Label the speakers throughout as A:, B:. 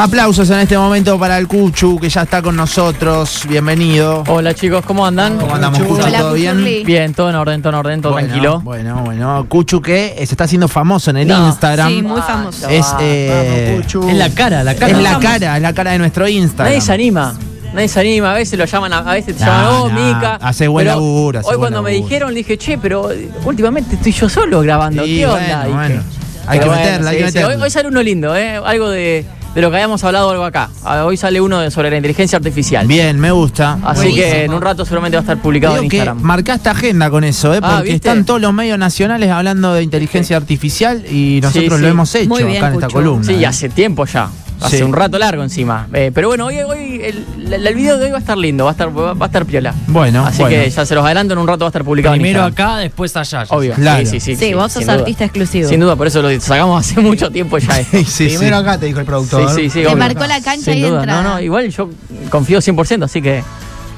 A: Aplausos en este momento para el Cuchu, que ya está con nosotros. Bienvenido.
B: Hola chicos, ¿cómo andan?
A: ¿Cómo andamos, Cuchu?
C: Hola,
A: ¿Todo bien?
C: Cuchurli.
B: Bien, todo en orden, todo en orden, todo
A: Bueno,
B: tranquilo.
A: Bueno, bueno. Cuchu que eh, se está haciendo famoso en el
B: No. Ah,
A: Instagram.
C: Sí, muy famoso.
A: es, eh,
B: Es la cara, la cara.
A: es la cara, es la cara de nuestro Instagram.
B: Nadie se anima. Nadie se anima, a veces lo llaman, a, a veces te
A: Nah,
B: llaman, oh,
A: nah,
B: Mica.
A: hace buen
B: Pero
A: laburo, hace
B: Hoy
A: buen
B: cuando me
A: laburo.
B: dijeron, dije, che, pero eh, últimamente estoy yo solo grabando,
A: Sí,
B: ¿qué
A: bueno,
B: onda? Dije.
A: bueno. Hay
B: Pero
A: que
B: bueno,
A: meterla, hay que
B: sí, sí, hoy-
A: meterla.
B: Hoy, sale uno lindo, ¿eh? Algo de, de lo que habíamos hablado algo acá. Ah, Hoy sale uno de- sobre la inteligencia artificial.
A: Bien, me gusta.
B: Así que en
C: Buenísimo.
B: un rato seguramente va a estar publicado
A: Creo
B: en
A: que
B: Instagram.
A: marcaste agenda con eso, ¿eh?
B: Ah,
A: porque
B: ¿viste?
A: están todos los medios nacionales hablando de inteligencia artificial y nosotros
B: Sí,
A: lo
B: sí.
A: hemos hecho
C: Muy bien,
A: acá en esta
C: Cuchu.
A: columna.
B: Sí,
A: ¿eh?
B: hace tiempo ya. Hace
A: Sí.
B: un rato largo encima. Eh, pero bueno, hoy, hoy el, el- el video de hoy va a estar lindo, va a estar, va a estar piola.
A: Bueno,
B: Así
A: bueno.
B: que ya se los adelanto, en un rato va a estar publicado. en
D: Primero
B: Instagram.
D: acá, después allá. ya
B: Obvio.
D: sé.
A: Claro.
B: Sí, sí, sí,
C: Sí,
B: sí,
C: vos
B: sin
C: sos
B: duda.
C: artista exclusivo.
B: Sin duda, por eso lo sacamos hace mucho tiempo ya. esto.
A: Sí, sí,
E: Primero
A: sí.
E: acá te dijo el
B: Sí,
E: productor.
B: sí, sí.
C: Te
B: obvio.
C: marcó la cancha
B: Sin
C: y
B: duda.
C: entrada.
B: No, no, igual yo confío 100%, así que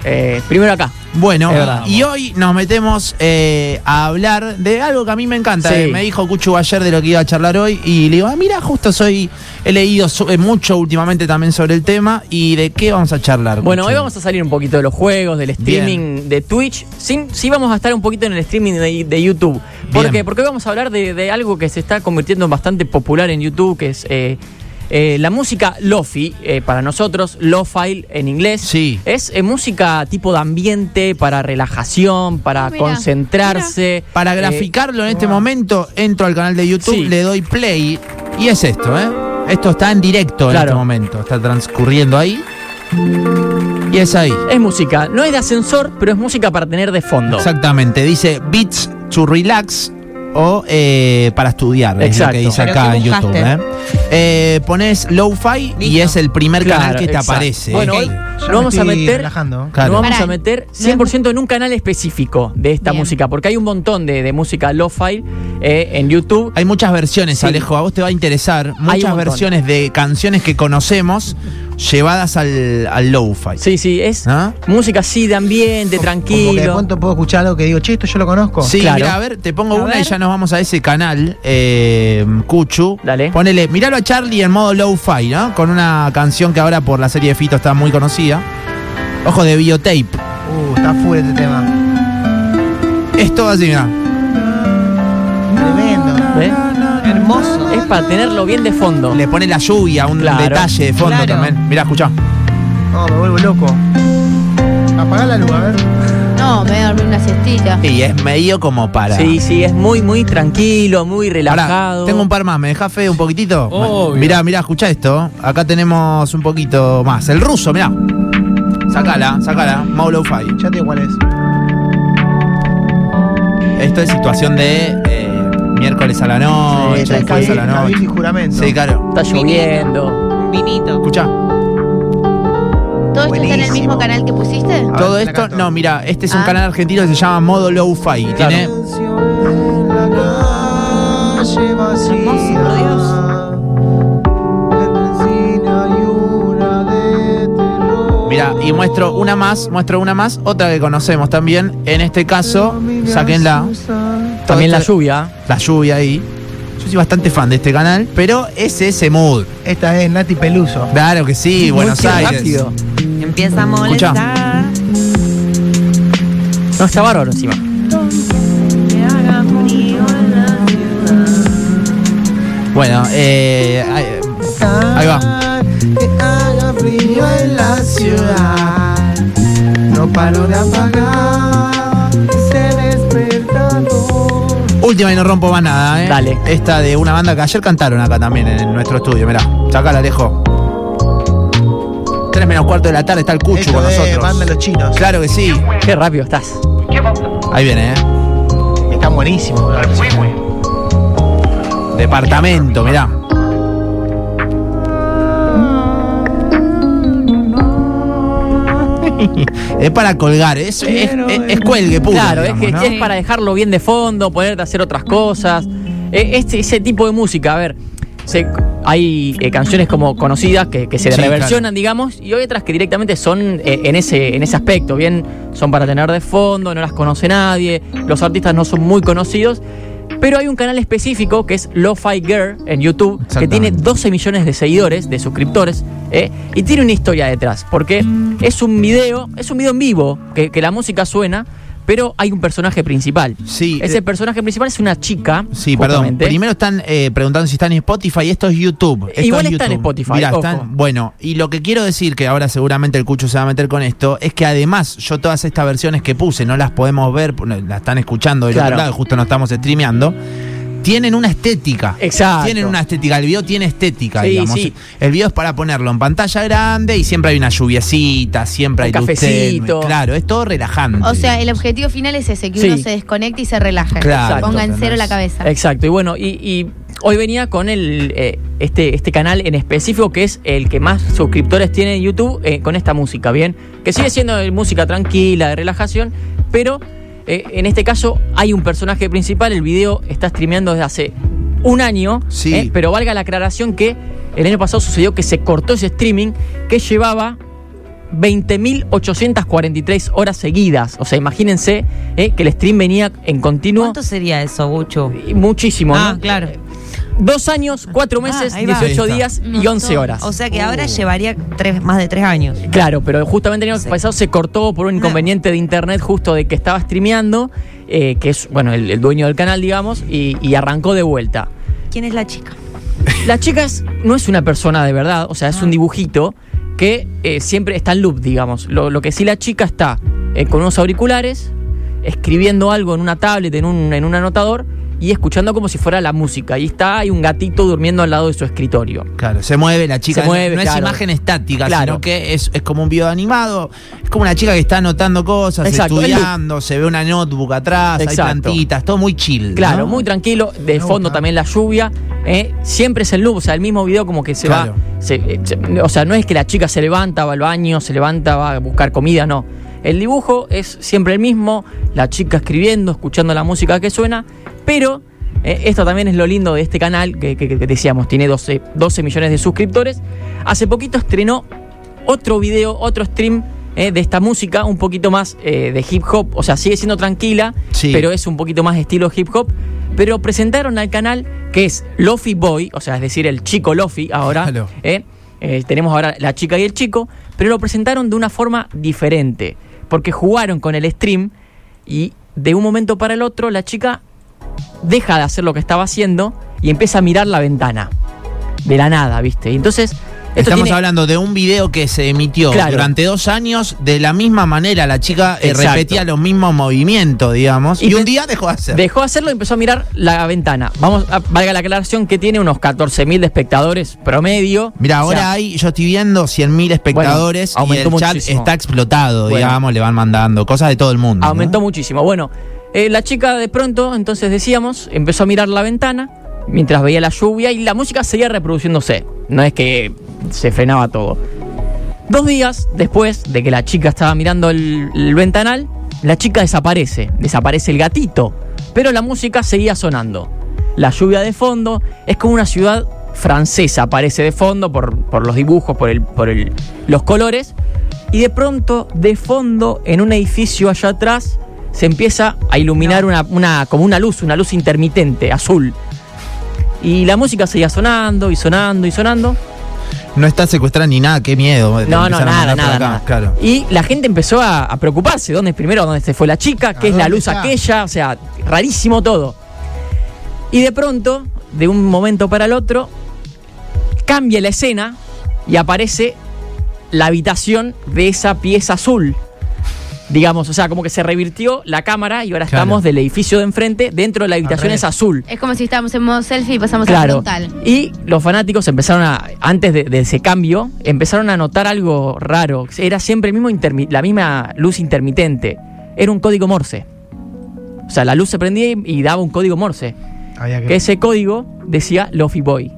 B: eh, primero acá.
A: Bueno,
B: Es verdad.
A: y hoy nos metemos eh, a hablar de algo que a mí me encanta.
B: Sí.
A: eh. Me dijo Cuchu ayer de lo que iba a charlar hoy y le digo, ah, mira, justo soy, he leído so- eh, mucho últimamente también sobre el tema y de qué vamos a charlar.
B: Bueno,
A: Cuchu?
B: hoy vamos a salir un poquito de los juegos, del streaming de Twitch. Sí, sí vamos a estar un poquito en el streaming de, de YouTube. ¿Por
A: Bien.
B: qué? Porque hoy vamos a hablar de, de algo que se está convirtiendo en bastante popular en YouTube, que es eh, eh, la música Lofi, eh, para nosotros, Lo-File en inglés.
A: Sí.
B: Es eh, música tipo de ambiente, para relajación, para
C: Ah, mirá,
B: concentrarse.
A: Para
B: Eh,
A: graficarlo en este momento, entro al canal de YouTube,
B: Sí.
A: le doy play y es esto, ¿eh? Esto está en directo en
B: Claro.
A: este momento, está transcurriendo ahí y es ahí.
B: es música, no es de ascensor, pero es música para tener de fondo.
A: Exactamente, dice Beats to Relax o eh, para estudiar, es lo
B: Exacto.
A: que dice
E: Pero
A: acá
E: ¿qué
A: en YouTube. ¿eh?
E: buscaste?
A: Eh, pones Lo-Fi y
E: Listo.
A: es el primer
B: Claro,
A: canal que te
B: exacto.
A: aparece.
B: Bueno,
A: ¿eh?
B: hoy
E: Ok, ya
B: lo
E: me
B: vamos a
E: estoy
B: meter-
E: relajando.
A: Claro.
B: Nos vamos
C: Pará,
B: a meter
C: no es
B: 100% en un canal específico de esta
C: Bien.
B: música, porque hay un montón de, de música lo-fi eh, en YouTube.
A: Hay muchas versiones,
B: Sí.
A: Alejo, a vos te va a interesar. Muchas
B: montón.
A: versiones de canciones que conocemos llevadas al, al Lo-Fi.
B: Sí, sí, es
A: ¿Ah?
B: música así de ambiente,
E: Como que de
B: tranquilo.
E: pronto puedo escuchar algo que digo, che, esto yo lo conozco.
F: Pues
A: Sí,
B: Claro.
A: mira, a ver, te pongo
C: A
A: una y
C: ver.
A: ya nos vamos a ese canal, eh, Cuchu.
B: Dale.
A: Ponele, miralo a Charlie en modo low-fi, ¿no? Con una canción que ahora por la serie de Fito está muy conocida. Ojo de videotape.
E: Uh, está full este tema.
A: Es todo así, mirá.
E: Tremendo.
B: ¿eh?
E: Hermoso.
B: Es para tenerlo bien de fondo.
A: Le pone la lluvia, un
B: Claro.
A: detalle de fondo
E: Claro.
A: también. Mirá, escuchá.
E: No, Oh, me vuelvo loco. Apagá la luz, a ver.
C: No, me voy a dormir una siestita.
A: Y es medio como para.
B: Sí, sí, es muy, muy tranquilo, muy
A: Pará,
B: relajado.
A: tengo un par más, ¿me dejás fe un poquitito?
D: Obvio.
A: Mirá, mirá, escuchá esto. Acá tenemos un poquito más. El ruso, mirá. Sacala, sacala. Modo low-fi.
E: Ya te digo cuál es.
A: Esto es situación de eh, miércoles a la
E: Eh,
A: noche,
C: Sí,
A: después a la
E: Javi- Javi
A: noche.
E: y juramento.
A: Sí, claro.
B: Está lloviendo.
A: Escucha,
C: ¿Todo esto está en el
E: Buenísimo.
C: mismo canal que pusiste?
E: ver,
A: todo
E: te la
A: esto,
E: canto.
A: no, mira, este es un
C: Ah.
A: canal argentino que se llama Modo Lo-Fi y
B: Claro.
A: tiene
E: Hermoso, por Dios.
A: Mira, y muestro una más, muestro una más, otra que conocemos también. En este caso, saquenla.
B: También la
A: Todo esto-
B: lluvia.
A: La lluvia ahí. Yo soy bastante fan de este canal, pero es ese mood.
E: Esta es Nati Peluso.
A: Claro que sí, Buenos
B: Muy
A: Aires.
B: rápido.
C: Empieza a
A: Escuchá.
B: No, está bárbaro encima.
A: Bueno, eh, ahí- ahí va.
E: Que haga frío en la ciudad. No paro de apagar ese despertador.
A: Última y no rompo más nada, ¿eh?
B: Dale.
A: Esta de una banda que ayer cantaron acá también en nuestro estudio, mirá. Sacala, Alejo. 3 menos cuarto de la tarde está el Cuchu
E: Esto
A: con
E: es
A: nosotros.
E: Banda Los Chinos.
A: Claro que sí.
B: Qué rápido estás.
A: Ahí viene, ¿eh?
E: Está buenísimo.
A: Departamento, mirá. es para colgar, es, es, es- es cuelgue puro.
B: Claro,
A: digamos,
B: es que
A: ¿no?
B: es para dejarlo bien de fondo, ponerte a hacer otras cosas. Eh, Este, ese tipo de música, a ver, se- hay eh, canciones como conocidas que, que se
A: Sí,
B: reversionan, digamos, y hay otras que directamente son eh, en, ese, en ese aspecto, bien, son para tener de fondo, no las conoce nadie, los artistas no son muy conocidos. Pero hay un canal específico que es Lo-Fi Girl en YouTube, que tiene
A: Exactamente.
B: 12 millones de seguidores, de suscriptores, ¿eh? y tiene una historia detrás, porque es un video, es un video en vivo, que, que la música suena, pero hay un personaje principal.
A: Sí,
B: Ese
A: eh,
B: personaje principal es una chica.
A: Sí, perdón.
B: justamente.
A: Primero están eh, preguntando si están en Spotify. Esto es YouTube. Esto
B: Igual
A: es
B: está en
A: YouTube.
B: Spotify,
A: Mirá,
B: ojo.
A: están- bueno, y lo que quiero decir, que ahora seguramente el Cucho se va a meter con esto, es que además yo todas estas versiones que puse, no las podemos ver, no, las están escuchando del
B: Claro.
A: otro lado, justo no estamos streameando, tienen una estética.
B: Exacto.
A: Tienen una estética, el video tiene estética,
B: Sí,
A: digamos.
B: sí.
A: El video es para ponerlo en pantalla grande y siempre hay una lluviecita, siempre
B: Un
A: hay luz
B: cafecito.
A: tenue. Claro, es todo relajante.
C: O sea, el objetivo final es ese, que
B: Sí.
C: uno se desconecte y se relaje.
A: Claro.
C: Ponga en
A: Exacto.
C: cero la cabeza.
B: Exacto, y bueno, y, y hoy venía con el eh, este, este canal en específico que es el que más suscriptores tiene en YouTube eh, con esta música, ¿bien? Que sigue siendo eh, música tranquila, de relajación, pero eh, en este caso hay un personaje principal, el video está streameando desde hace un año,
A: Sí.
B: eh, pero valga la aclaración que el año pasado sucedió que se cortó ese streaming que llevaba 20.843 horas seguidas. O sea, imagínense eh, que el stream venía en continuo.
D: ¿Cuánto sería eso, Gucho?
B: Y Muchísimo,
D: Ah,
B: ¿no?
D: claro.
B: Dos años, cuatro meses,
D: Ah, ahí va.
B: 18
A: Ahí está.
B: días
C: Un
B: y 11
C: montón.
B: horas.
D: O sea que ahora llevaría tres, más de tres años.
B: Claro, pero justamente el año
D: Sí.
B: pasado se cortó por un
D: No.
B: inconveniente de internet justo de que estaba streameando, eh, que es, bueno, el, el dueño del canal, digamos, y, y arrancó de vuelta.
D: ¿Quién es la chica?
B: La chica es- no es una persona de verdad, o sea, es un
D: Ah.
B: dibujito que eh, siempre está en loop, digamos. Lo, lo que sí la chica está eh, con unos auriculares, escribiendo algo en una tablet, en un, en un anotador, y escuchando como si fuera la música. Y está, hay un gatito durmiendo al lado de su escritorio.
A: Claro, se mueve la chica.
B: Se mueve,
A: no es
B: claro.
A: imagen estática,
B: Claro.
A: sino que es, es como un video animado. Es como una chica que está anotando cosas,
B: Exacto,
A: estudiando, se ve una notebook atrás,
B: Exacto.
A: hay plantitas, todo muy chill.
B: Claro,
A: ¿no?
B: muy tranquilo. De
E: Me
B: fondo
E: gusta.
B: también la lluvia. ¿eh? Siempre es el loop, o sea, el mismo video como que se
A: Claro.
B: va. se- eh, se- o sea, no es que la chica se levanta, va al baño, se levanta, va a buscar comida, no. El dibujo es siempre el mismo, la chica escribiendo, escuchando la música que suena, pero eh, esto también es lo lindo de este canal que, que- que decíamos, tiene 12, 12 millones de suscriptores. Hace poquito estrenó otro video, otro stream eh, de esta música, un poquito más eh, de hip hop, o sea, sigue siendo tranquila,
A: Sí.
B: pero es un poquito más estilo hip hop. Pero presentaron al canal que es Lofi Boy, o sea, es decir, el chico Lofi ahora.
A: Claro.
B: ¿eh? Eh, tenemos ahora la chica y el chico, pero lo presentaron de una forma diferente, porque jugaron con el stream y de un momento para el otro la chica deja de hacer lo que estaba haciendo y empieza a mirar la ventana. De la nada, ¿viste? Y entonces... esto
A: Estamos
B: tiene-
A: hablando de un video que se emitió
B: Claro.
A: durante dos años de la misma manera. La chica eh,
B: Exacto.
A: repetía los mismos movimientos, digamos.
B: Y
A: Y,
B: pe-
A: un día dejó de hacer.
B: Dejó de hacerlo y empezó a mirar la ventana. Vamos, a- valga la aclaración que tiene unos 14.000 de espectadores promedio.
A: Mira,
B: O
A: ahora
B: sea,
A: hay, yo estoy viendo 100.000 espectadores y
B: aumentó
A: el chat
B: muchísimo.
A: está explotado,
B: Bueno.
A: digamos, le van mandando cosas de todo el mundo. ¿no?
B: Aumentó muchísimo. Bueno, eh, la chica de pronto, entonces decíamos, empezó a mirar la ventana mientras veía la lluvia y la música seguía reproduciéndose. No es que se frenaba todo. Dos días después de que la chica estaba mirando el, el ventanal, la chica desaparece. Desaparece el gatito. Pero la música seguía sonando. La lluvia de fondo es como una ciudad francesa, aparece de fondo por, por los dibujos, por, el, por el- los colores. Y de pronto, de fondo, en un edificio allá atrás, se empieza a iluminar una, una- como una luz, una luz intermitente, azul. Y la música seguía sonando y sonando y sonando.
A: No está secuestrada ni nada, qué miedo.
B: No, no,
A: Empezaron a
B: nada,
A: mandar por
B: nada,
A: acá,
B: nada.
A: Claro.
B: Y la gente empezó a, a preocuparse. ¿Dónde es primero? ¿Dónde se fue la chica? ¿Qué
E: ¿A
B: es la
E: dónde
B: luz
E: está?
B: aquella? O sea, rarísimo todo. Y de pronto, de un momento para el otro, cambia la escena y aparece la habitación de esa pieza azul. Digamos, o sea, como que se revirtió la cámara y ahora
A: Claro.
B: estamos del edificio de enfrente dentro de la habitación
E: revés.
B: es azul.
C: Es como si estábamos en modo selfie y pasamos a
B: Claro.
C: frontal.
B: Y los fanáticos empezaron a, antes de, de ese cambio, empezaron a notar algo raro. Era siempre el mismo intermi- la misma luz intermitente. Era un código Morse. O sea, la luz se prendía y, y daba un código Morse.
E: Había
B: Que ese código decía Lofi Boy.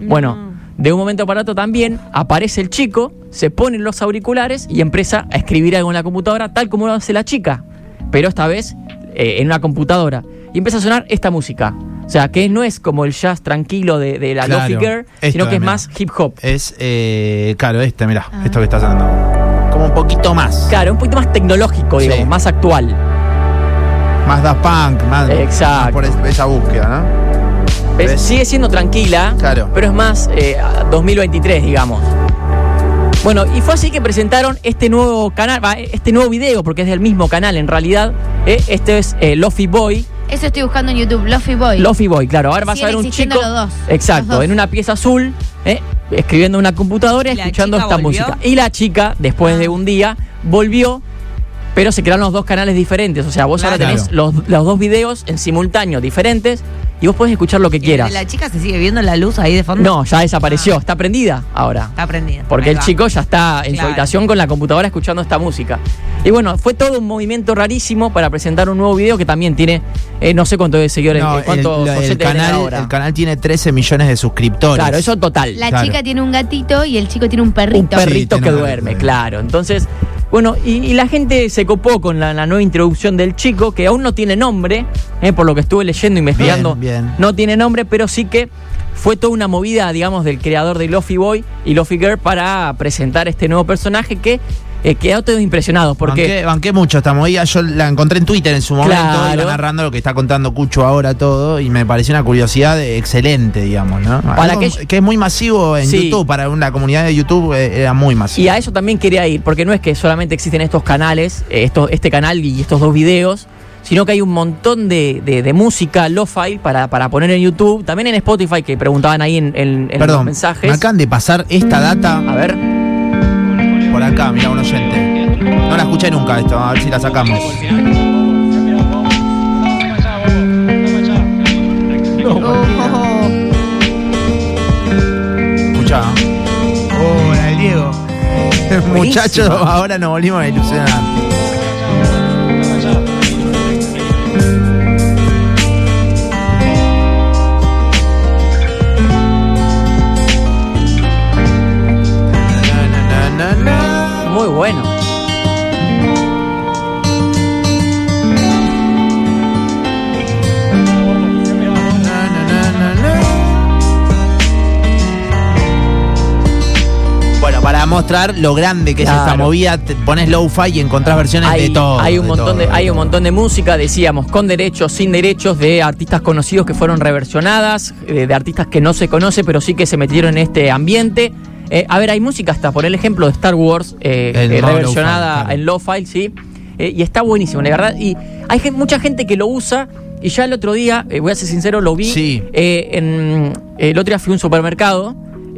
B: Bueno, de un momento para otro también aparece el chico, se ponen los auriculares y empieza a escribir algo en la computadora, tal como lo hace la chica, pero esta vez eh, en una computadora. Y empieza a sonar esta música. O sea, que no es como el jazz tranquilo de, de la
A: Claro,
B: Lofi Girl,
A: esto
B: sino que es
A: también.
B: más hip hop.
A: Es, eh, claro, este, mirá, esto que está sonando. Como un poquito más.
B: Claro, un poquito más tecnológico,
A: Sí.
B: digamos, más actual.
A: Más Daft Punk, más,
B: Exacto.
A: más por es- esa búsqueda, ¿no?
B: Es-
A: ¿Ves?
B: sigue siendo tranquila,
A: Claro.
B: pero es más eh, 2023, digamos. Bueno, y fue así que presentaron este nuevo canal, va, este nuevo video, porque es del mismo canal en realidad. eh, este es eh, Lofi Boy.
C: Eso estoy buscando en YouTube, Lofi Boy.
B: Lofi Boy, claro. Ahora vas a
C: Siguen
B: ver un
C: existiendo
B: chico.
C: los dos,
B: exacto,
C: los dos.
B: en una pieza azul, eh, escribiendo en una computadora,
D: ¿Y la
B: escuchando
D: chica
B: esta
D: volvió?
B: música. Y la chica, después
C: Ah.
B: de un día, volvió, pero se crearon los dos canales diferentes. O sea, vos ahora
A: Claro.
B: tenés los, los dos videos en simultáneo, diferentes, y vos podés escuchar lo que quieras.
D: Eh, ¿La chica se sigue viendo la luz ahí de fondo?
B: No, ya desapareció, está prendida ahora.
D: Ah. Está prendida.
B: Porque
D: Ahí
B: el
D: va.
B: chico ya está en su
D: Claro.
B: habitación con la computadora escuchando esta música. Y bueno, fue todo un movimiento rarísimo para presentar un nuevo video que también tiene eh, no sé cuántos de seguidores,
A: No,
B: eh, cuántos
A: el, el
B: oyentes tiene
A: canal,
B: ahora.
A: el canal tiene 13 millones de suscriptores.
B: Claro, eso total.
C: La
A: Claro.
C: chica tiene un gatito y el chico tiene un perrito.
B: un perrito
A: Sí, tiene
B: que
A: un perrito
B: duerme,
A: también.
B: claro. Entonces, bueno, y, y la gente se copó con la, la nueva introducción del chico, que aún no tiene nombre, eh, por lo que estuve leyendo, investigando.
A: Bien, bien.
B: No tiene nombre, pero sí que fue toda una movida, digamos, del creador de Lofi Boy y Lofi Girl para presentar este nuevo personaje que eh, quedó todos impresionados. Porque
A: Banqué, banqué mucho esta movida. Yo la encontré en Twitter en su momento,
B: Claro.
A: iba narrando lo que está contando Cucho ahora todo, y me pareció una curiosidad excelente, digamos, ¿no?
B: Para
A: Algo
B: que-
A: que es muy masivo en
B: Sí.
A: YouTube, para una comunidad de YouTube eh, era muy masivo.
B: Y a eso también quería ir, porque no es que solamente existen estos canales, eh, estos- este canal y estos dos videos, sino que hay un montón de, de- de música lo-fi para, para poner en YouTube, también en Spotify, que preguntaban ahí en, en- en los
A: Perdón,
B: mensajes.
A: me acaban de pasar esta data
B: A ver,
A: por acá, mira un oyente. No la escuché nunca esto, a ver si la sacamos.
C: Oh.
A: Escuchá.
E: Oh, la del Diego.
A: Muchachos, ahora nos volvimos a ilusionar. Na, na, na, na, na.
B: muy bueno.
A: Bueno, para mostrar lo grande que es
B: Claro.
A: esta movida, te pones lo-fi y encontrás versiones
B: Hay,
A: de todo.
B: hay un montón de,
A: todo,
B: hay un
A: todo.
B: montón de música, decíamos, con derechos, sin derechos, de artistas conocidos que fueron reversionadas, eh, de artistas que no se conoce, pero sí que se metieron en este ambiente. Eh, a ver, hay música hasta, por el ejemplo, de Star Wars, eh,
A: El
B: eh,
A: modo
B: reversionada
A: lo-fi,
B: en lo-fi, sí. Eh, y está buenísimo, la verdad. Y hay gen- mucha gente que lo usa. Y ya el otro día, eh, voy a ser sincero, lo vi.
A: Sí.
B: eh, en, el otro día fui a un supermercado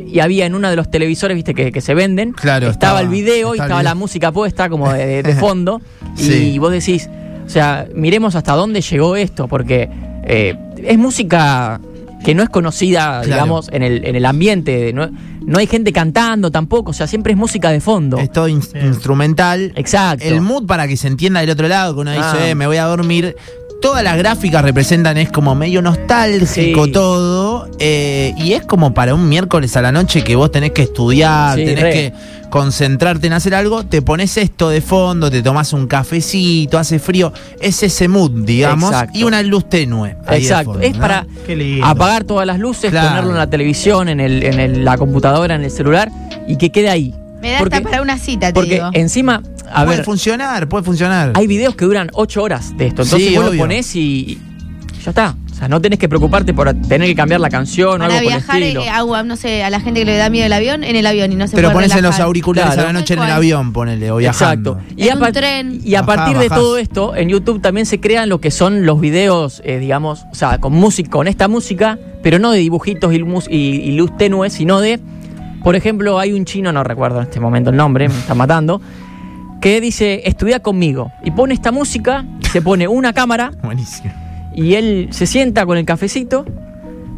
B: y había en uno de los televisores, viste, que, que se venden.
A: Claro,
B: Estaba,
A: estaba-
B: el video y
A: estaba el
B: estaba
A: video.
B: la música puesta como de, de- de fondo
A: Sí.
B: y vos decís, o sea, miremos hasta dónde llegó esto, porque eh, es música que no es conocida,
A: Claro.
B: digamos, en el, en el ambiente, no, no hay gente cantando tampoco, o sea, siempre es música de fondo.
A: Es todo in- instrumental.
B: Exacto.
A: El mood para que se entienda del otro lado, que uno dice,
B: Ah.
A: "Eh, me voy a dormir. Todas las gráficas representan, es como medio nostálgico
B: Sí.
A: todo. eh, y es como para un miércoles a la noche que vos tenés que estudiar,
B: Sí,
A: tenés
B: re.
A: que concentrarte en hacer algo. Te pones esto de fondo, te tomás un cafecito, hace frío. Es ese mood, digamos.
B: Exacto.
A: Y una luz tenue. ahí de
B: Exacto,
A: fondo,
B: es
A: ¿no?
B: para
E: Qué lindo.
B: apagar todas las luces,
A: Claro.
B: ponerlo en la televisión, en, el, en el- la computadora, en el celular y que quede ahí.
C: Me da
B: porque
C: hasta para una cita, te
B: porque
C: digo.
B: encima, a
A: puede
B: ver,
A: funcionar, puede funcionar.
B: hay videos que duran 8 horas de esto. Entonces
A: Sí,
B: vos lo
A: obvio.
B: ponés y, y ya está. O sea, no tenés que preocuparte por tener que cambiar la canción o
C: Para
B: algo por el
C: viajar
B: estilo.
C: eh, agua, no sé, a la gente que le da miedo el avión, en el avión y no se
A: Te lo
C: puede
A: pones en los
C: relajar.
A: auriculares
B: Claro.
A: a la noche en el
C: Tal cual.
A: avión, ponele, o viajando.
B: Exacto. Y
C: En
B: a,
C: un
B: par-
C: tren.
B: y a
A: Bajá,
B: partir de
A: bajás.
B: todo esto, en YouTube también se crean lo que son los videos, eh, digamos, o sea, con música, con esta música, pero no de dibujitos y, mus- y- y luz tenue, sino de, por ejemplo, hay un chino, no recuerdo en este momento el nombre, me está matando, que dice, estudia conmigo. Y pone esta música, se pone una cámara
A: Buenísimo.
B: y él se sienta con el cafecito,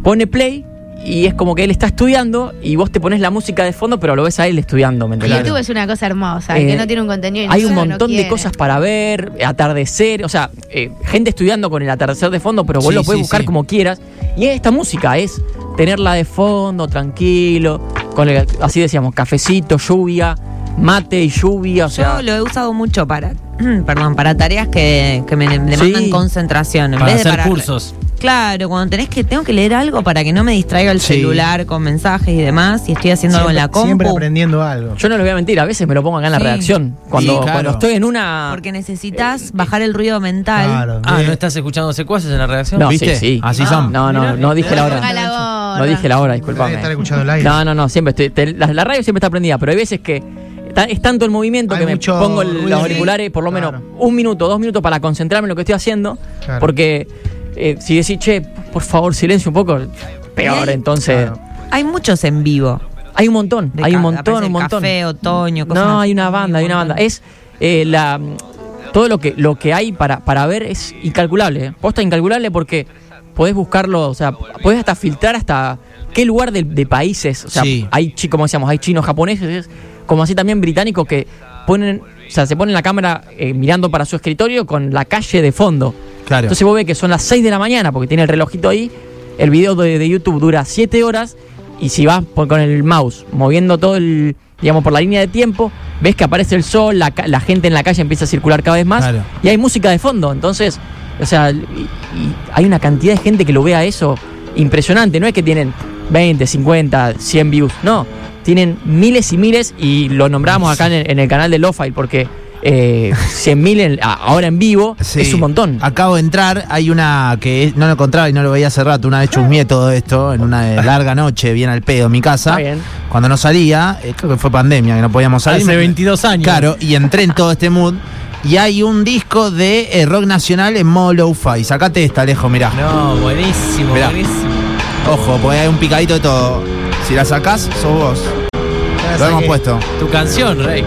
B: pone play. Y es como que él está estudiando y vos te pones la música de fondo, pero lo ves a él estudiando, ¿me
C: Y
B: entendés?
C: YouTube es una cosa hermosa,
B: Eh,
C: que no tiene un contenido. y
B: Hay un
C: nosotros no
B: montón de
C: quiere.
B: cosas para ver, atardecer, o sea, eh, gente estudiando con el atardecer de fondo, pero vos
A: Sí,
B: lo puedes
A: sí,
B: buscar
A: sí.
B: como quieras. Y esta música es tenerla de fondo, tranquilo, con el- así decíamos, cafecito, lluvia, mate y lluvia, o sea,
D: Yo lo he usado mucho para, perdón, para tareas que, que me
B: Sí.
D: demandan concentración. En
F: Para
D: vez de
F: hacer
D: para-
F: cursos.
D: Claro, cuando tenés que, tengo que leer algo para que no me distraiga el
A: Sí.
D: celular con mensajes y demás, y estoy haciendo algo en la compu.
E: Siempre aprendiendo algo.
B: Yo no les voy a mentir, a veces me lo pongo acá en la
D: Sí.
B: redacción. Cuando,
A: Sí, claro.
B: cuando estoy en una.
D: Porque necesitas bajar el ruido mental.
F: Ah,
E: bien.
F: ¿no estás escuchando secuaces en la redacción?
B: No,
A: ¿Viste?
B: sí, Ah.
A: Así
B: sí. no,
A: son.
B: no, no, no dije la
C: Ponga
B: hora.
C: la gorra.
B: No dije la hora,
E: Debe estar
B: disculpame.
E: escuchando el aire.
B: No, no, no, siempre estoy. te- la, la radio siempre está prendida, pero hay veces que ta- es tanto el movimiento
E: Hay
B: que me
E: mucho
B: pongo el-
E: ruido,
B: los
E: sí.
B: auriculares por lo menos
E: Claro.
B: un minuto, dos minutos para concentrarme en lo que estoy haciendo.
E: Claro.
B: Porque eh, si decís, che, por favor, silencio un poco, peor.
D: Ahí-
B: Entonces,
E: Claro.
D: Hay muchos en vivo.
B: hay un montón,
D: de
B: hay un
D: ca-
B: montón,
D: aparece
B: un montón.
D: Café, otoño, cosas
B: No,
D: así.
B: hay una banda, hay una banda.
D: montón.
B: Es eh, la todo lo que lo que hay para, para ver es incalculable. ¿eh? Posta incalculable porque podés buscarlo, o sea, podés hasta filtrar hasta qué lugar de, de países. O sea,
A: Sí.
B: hay chi- como decíamos, hay chinos, japoneses, como así también británicos que ponen, o sea, se ponen la cámara eh, mirando para su escritorio con la calle de fondo.
A: Claro.
B: Entonces vos ves que son las 6 de la mañana porque tiene el relojito ahí. El video de, de YouTube dura 7 horas y si vas por- con el mouse moviendo todo el, digamos, por la línea de tiempo, ves que aparece el sol, la, ca- la gente en la calle empieza a circular cada vez más
A: Claro.
B: y hay música de fondo. Entonces, o sea, y- y hay una cantidad de gente que lo vea eso impresionante. No es que tienen 20, 50, 100 views, no. Tienen miles y miles y lo nombramos acá en el, en el canal de Lofile porque eh, 100.000 en- a- ahora en vivo
A: Sí.
B: es un montón.
A: Acabo de entrar, hay una que es- no lo encontraba y no lo veía hace rato. Una vez chusmeé todo esto en una de larga noche, bien al pedo en mi casa.
B: Está bien.
A: Cuando no salía, eh, creo que fue pandemia, que no podíamos salir.
F: Hace
A: Me-
F: 22 años.
A: Claro, y entré en todo este mood. Y hay un disco de eh, rock nacional en modo lo-fi. Sacate esta, Alejo, mirá.
F: No, buenísimo,
A: Mirá.
F: buenísimo.
A: Ojo, porque hay un picadito de todo. Si la sacás, sos vos. Lo hemos puesto.
F: Tu canción, Rey.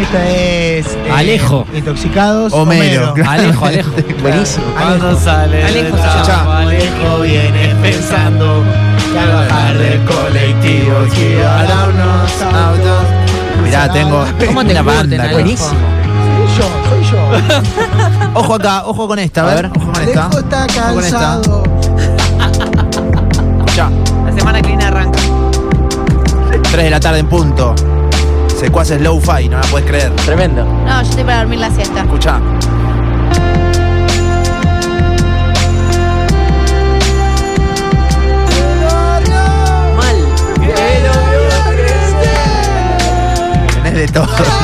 E: Esta es. eh,
F: Alejo.
E: Intoxicados.
A: Homero. claro.
F: Alejo, Alejo.
B: Buenísimo.
F: Cuando sale
D: Alejo,
F: del
D: escuchá.
F: trabajo, Alejo viene pensando que al bajar del colectivo girará unos autos.
A: Mirá, tengo
D: ¿Cómo te
A: una
D: curten,
A: banda.
D: Alejo?
A: Buenísimo.
E: Soy yo, soy yo.
A: Ojo acá, ojo con esta, a ver. Ojo con esta.
E: Alejo está
A: Ojo con esta.
E: cansado.
A: Escuchá.
D: La semana que viene arranca.
A: 3 de la tarde en punto. Secuaces low-fi, no la puedes creer.
B: Tremendo.
C: No, yo estoy para dormir la siesta.
A: Escuchá. Tenés de todo.
C: Puchu,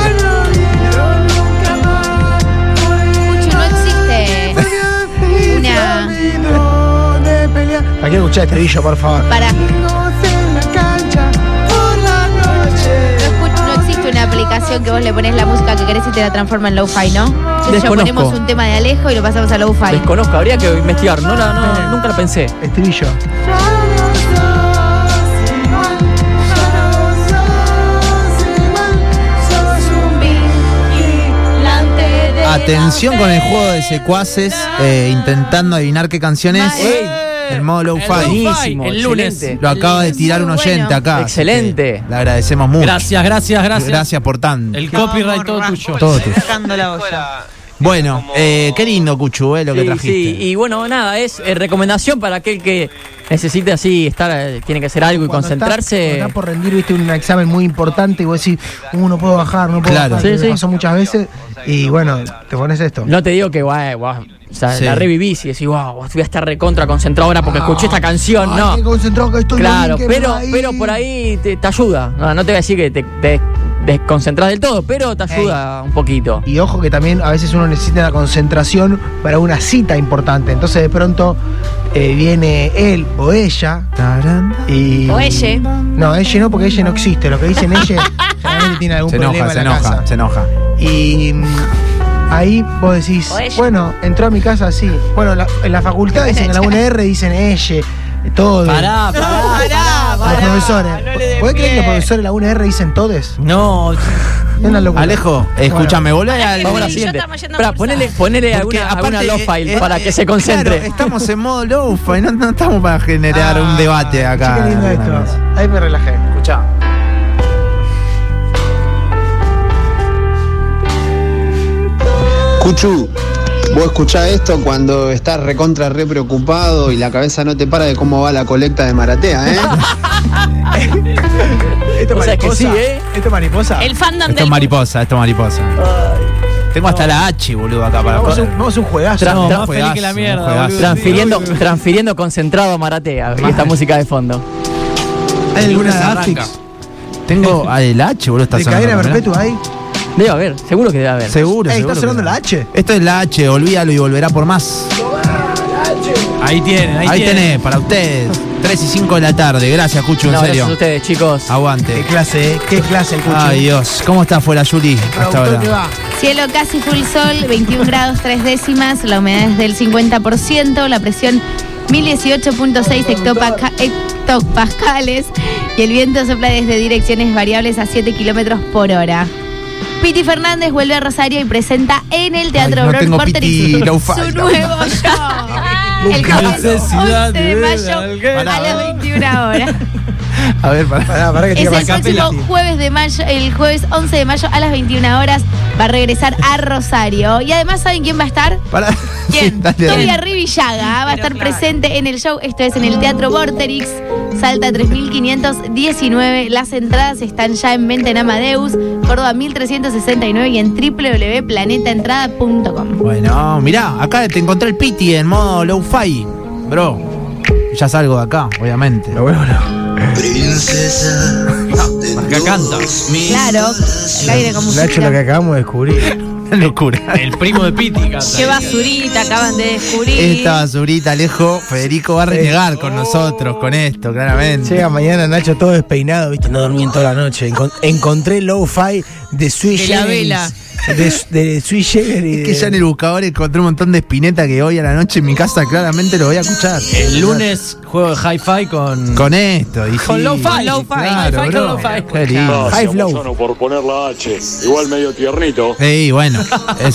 C: no existe una.
E: Hay que escuchar este brillo, por favor.
C: Para. No, escu- no existe una aplicación que vos le pones la música que querés y te la transforma en lo-fi, ¿no? Entonces ya
B: Desconozco.
C: ponemos un tema de Alejo y lo pasamos a lo-fi.
B: Desconozco, habría que investigar. No, la- no, nunca lo pensé.
E: Estribillo.
A: Atención con el juego de secuaces, eh, intentando adivinar qué canción es.
B: Ey,
A: El modo low-fi.
B: Buenísimo,
F: el lunes.
B: excelente.
A: Lo acaba de tirar un
C: Muy
A: oyente
C: bueno.
A: acá. así que
B: Excelente.
A: Le agradecemos mucho.
F: Gracias, gracias, gracias.
A: Gracias por tanto.
F: El copyright todo tuyo.
A: Todo tuyo.
D: Sacando la olla.
A: Bueno, eh, qué lindo, Cuchu, eh, lo que
B: Sí,
A: trajiste.
B: sí, y bueno, nada, es eh, recomendación para aquel que necesite así estar, eh, tiene que hacer algo y
E: Cuando Estás,
B: concentrarse.
E: cuando estás por rendir, viste, un examen muy importante y vos decís, uh, no puedo bajar, no puedo
A: Claro.
E: bajar.
B: Sí,
E: que me
B: sí.
E: pasó muchas veces y bueno, te pones esto.
B: No te digo que guau, guau, o sea,
A: Sí.
B: la revivís y decís, wow, voy a estar recontra concentrado ahora porque escuché esta canción.
E: Ay,
B: no.
E: qué concentrado que estoy,
B: Claro,
E: Domín, que
B: pero,
E: me va
B: pero por ahí te, te ayuda. No, no te voy a decir que te, te desconcentrás del todo, pero te ayuda un poquito.
E: Y ojo que también a veces uno necesita la concentración para una cita importante. Entonces de pronto eh, viene él o ella
A: Tarán.
E: y.
C: O ella.
E: No, ella no, porque ella no existe. Lo que dicen ella generalmente tiene algún
A: Se enoja,
E: problema
A: se
E: en la
A: enoja,
E: casa.
A: se enoja.
E: Y mm, ahí vos decís,
D: O ella.
E: bueno, entró a mi casa así. Bueno, la- en la facultad dicen, en la UNR dicen ella, todo.
F: Pará, pará.
D: Pará,
E: Los profesores. ¿Podés creer que los profesores de la UNR dicen todes?
F: No,
E: Es una locura.
A: Alejo, escúchame, volvé al.
B: Vamos a la
D: yo
B: siguiente.
D: estaba yendo a
B: Pará,
D: cursar.
B: ponele, ponele
A: Porque
B: alguna, alguna
A: aparte,
B: low
A: eh,
B: file
A: eh,
B: para
A: eh,
B: que se concentre.
A: claro, estamos en modo low-fi, no, no estamos para generar un debate acá.
E: Ah, Che, qué lindo esto. Ahí me relajé.
A: Escuchá.
G: Cuchu, vos escuchás esto cuando estás recontra re preocupado y la cabeza no te para de cómo va la colecta de Maratea, ¿eh?
E: ¿Esto
B: O sea que sí, ¿eh?
E: ¿Esto mariposa?
D: El fandom
A: Esto es mariposa, esto es mariposa. Tengo hasta la H, boludo, acá para.
E: Vamos a hacer un, vamos a hacer un juegazo.
B: Tra-
E: No,
B: tra-
A: más feliz que la mierda, boludo.
B: Transfiriendo, transfiriendo concentrado a Maratea. Y esta música de fondo.
E: Hay algunas
A: Arranca.
E: Netflix
A: Tengo a la H, boludo, está
E: de
A: sonando,
E: cadena
A: mirá.
E: perpetua ahí.
B: Debe haber, seguro que debe haber.
A: Seguro,
E: Ey,
A: seguro
E: ¿está
A: que
E: sonando
A: no.
E: la H?
A: Esto es la H, olvídalo y volverá por más.
F: Ahí tienen, ahí,
A: Ahí,
F: tienen.
A: tenés, para ustedes. 3 y 5 de la tarde. Gracias, Cucho, en
B: no, gracias
A: serio.
B: a ustedes, chicos.
E: Qué
A: Aguante.
E: clase, eh, qué clase el cucho.
A: Ay, Dios. ¿Cómo está fuera, Yuri? Hasta
E: Productor que
A: ahora.
E: va.
C: Cielo casi full sol, 21 grados 3 décimas, la humedad es del 50%, la presión 1018.6 hectopasca- hectopascales y el viento sopla desde direcciones variables a 7 kilómetros por hora. Piti Fernández vuelve a Rosario y presenta en el Teatro
A: Ay, no
C: Brown
A: tengo
C: Porter
A: Piti,
C: su,
A: lo
C: su
A: falta.
C: nuevo show. el jueves 11 de mayo a las 21 horas.
A: A ver, pará.
E: Pará, pará que
C: Es
E: tiene
C: el próximo jueves de mayo, el jueves 11 de mayo a las 21 horas va a regresar a Rosario. Y además, ¿saben quién va a estar?
A: pará. Sí,
C: ¿Quién?
A: dale, dale.
C: Toby Arribillaga va a estar presente en el show. Esto es en el Teatro Vorterix, Salta 3519. Las entradas están ya en venta en Amadeus, Córdoba 1369 y en www.planetaentrada.com.
A: Bueno, mirá, acá te encontré el Piti en modo low-fi. Bro, ya salgo de acá, obviamente.
F: Acá canta.
C: Claro, acá viene con
E: Nacho,
C: musiquita.
E: lo que acabamos de descubrir.
A: Locura.
F: El primo de Piti canta.
C: Qué basurita acaban de descubrir.
A: Esta basurita, Alejo, Federico va a renegar con nosotros, con esto, claramente.
E: Llega mañana Nacho todo despeinado, viste, no dormí en toda la noche. Encon- encontré lo-fi de Sui
D: De la
E: Generis.
D: vela.
E: De, su- de Sui Generis.
A: Es que ya en el buscador encontré un montón de espineta que hoy a la noche en mi casa claramente lo voy a escuchar.
F: El lunes juego de hi-fi con.
A: Con esto, y
F: Con
A: sí,
F: lo-fi.
A: claro,
F: Lo-fi,
A: bro.
F: hi-fi con lo-fi.
A: Qué lindo.
E: High flow.
H: Moyano, por poner la H. Igual medio tiernito.
A: Sí, eh, bueno, es